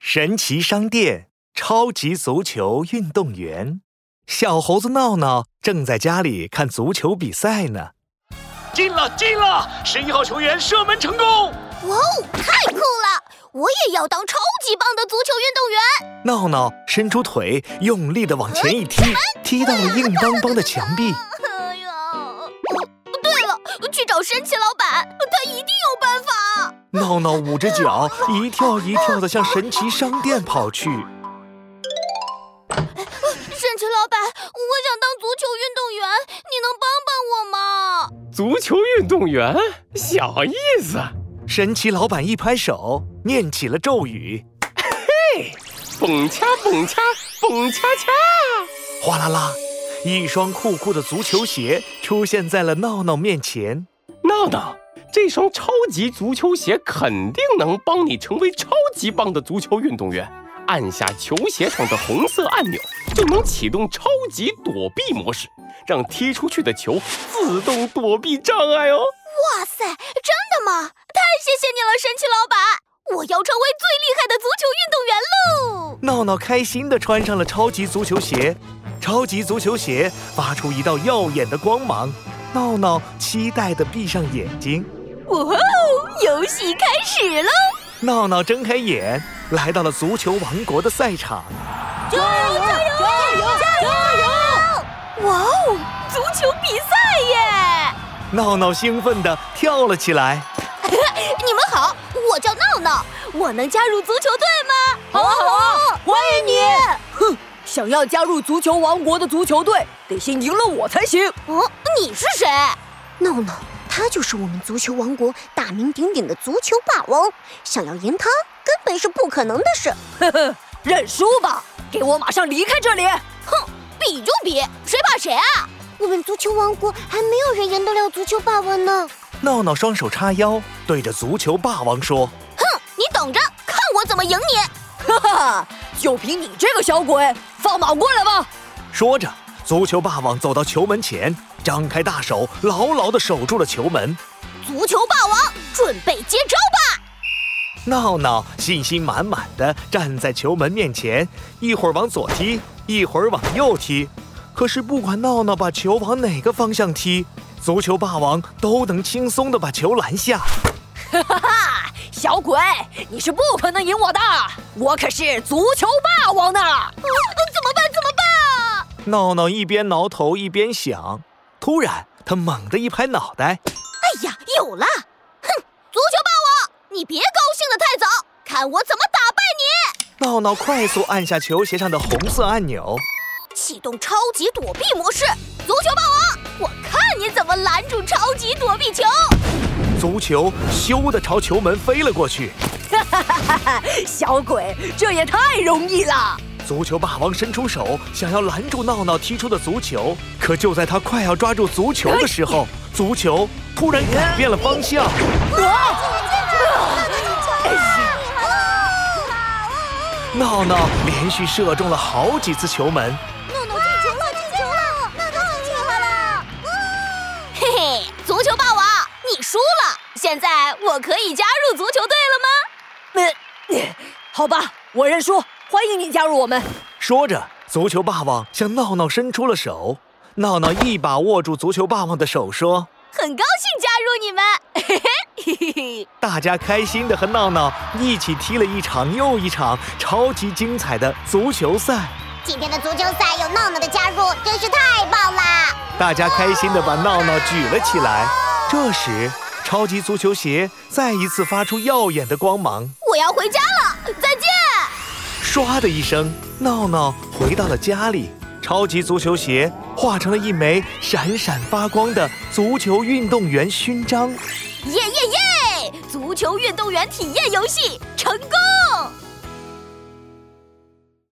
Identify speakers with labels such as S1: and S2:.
S1: 神奇商店超级足球运动员，小猴子闹闹正在家里看足球比赛呢。
S2: 进了，进了！十一号球员射门成功。
S3: 哇哦，太酷了！我也要当超级棒的足球运动员。
S1: 闹闹伸出腿，用力的往前一踢，踢到了硬邦邦的墙壁。
S3: 哎呀，对了，去找神奇老板，他一定有办法。
S1: 闹闹捂着脚，一跳一跳的向神奇商店跑去。
S3: 神奇老板，我想当足球运动员，你能帮帮我吗？
S4: 足球运动员，小意思。
S1: 神奇老板一拍手，念起了咒语，
S4: 蹦恰蹦恰蹦恰恰，
S1: 哗啦啦，一双酷酷的足球鞋出现在了闹闹面前。
S4: 闹闹，这双超级足球鞋肯定能帮你成为超级棒的足球运动员。按下球鞋上的红色按钮，就能启动超级躲避模式，让踢出去的球自动躲避障碍哦。
S3: 哇塞，真的吗？太谢谢你了，神奇老板！我要成为最厉害的足球运动员喽！
S1: 闹闹开心地穿上了超级足球鞋，超级足球鞋发出一道耀眼的光芒，闹闹期待地闭上眼睛。
S3: 哇哦，游戏开始喽！
S1: 闹闹睁开眼，来到了足球王国的赛场。
S3: 加油加油加油加油！哇哦，足球比赛耶！
S1: 闹闹兴奋地跳了起来。
S3: 你们好，我叫闹闹，我能加入足球队吗？好啊好啊，欢迎你！
S5: 哼，想要加入哦足球王国的足球队，得先赢了我才行。
S3: 哦，你是谁？
S6: 闹闹，他就是我们足球王国大名鼎鼎的足球霸王，想要赢他根本是不可能的事。
S5: 呵呵，认输吧，给我马上离开这里！
S3: 比就比，谁怕谁啊？
S6: 我们足球王国还没有人赢得了足球霸王呢。
S1: 闹闹双手叉腰，对着足球霸王说
S3: 你等着，看我怎么赢你！
S5: 哈哈，就凭你这个小鬼，放马过来吧！：“
S1: 说着，足球霸王走到球门前，张开大手，牢牢地守住了球门。
S3: 足球霸王，准备接招吧！
S1: 闹闹信心满满地站在球门面前，一会儿往左踢，一会儿往右踢。可是不管闹闹把球往哪个方向踢，足球霸王都能轻松地把球拦下。
S5: 小鬼，你是不可能赢我的，我可是足球霸王呢！
S3: 哦怎么办？怎么办啊？
S1: 闹闹一边挠头一边想，突然他猛地一拍脑袋，
S3: 哎呀，有了！哼，足球霸王，你别高兴得太早，看我怎么打败你！
S1: 闹闹快速按下球鞋上的红色按钮。
S3: 启动超级躲避模式，足球霸王，我看你怎么拦住超级躲避球！
S1: 足球咻地朝球门飞了过去，
S5: 小鬼，这也太容易了！
S1: 足球霸王伸出手想要拦住闹闹踢出的足球，可就在他快要抓住足球的时候，足球突然改变了方向，闹闹连续射中了好几次球门。
S3: 诺诺进球了，进球了，诺诺进球了！嘿嘿，足球霸王，你输了，现在我可以加入足球队了吗？
S5: 呃好吧，我认输，欢迎你加入我们。
S1: 说着，足球霸王向闹闹伸出了手，闹闹一把握住足球霸王的手，说
S3: 很高兴加入你们，嘿嘿嘿嘿。：“
S1: 大家开心的和闹闹一起踢了一场又一场超级精彩的足球赛。”
S6: 今天的足球赛有闹闹的加入，真是太棒啦！
S1: 大家开心地把闹闹举了起来。这时，超级足球鞋再一次发出耀眼的光芒，
S3: 我要回家了，再见。
S1: 唰的一声，闹闹回到了家里。超级足球鞋化成了一枚闪闪发光的足球运动员勋章。
S3: 耶耶耶！足球运动员体验游戏成功。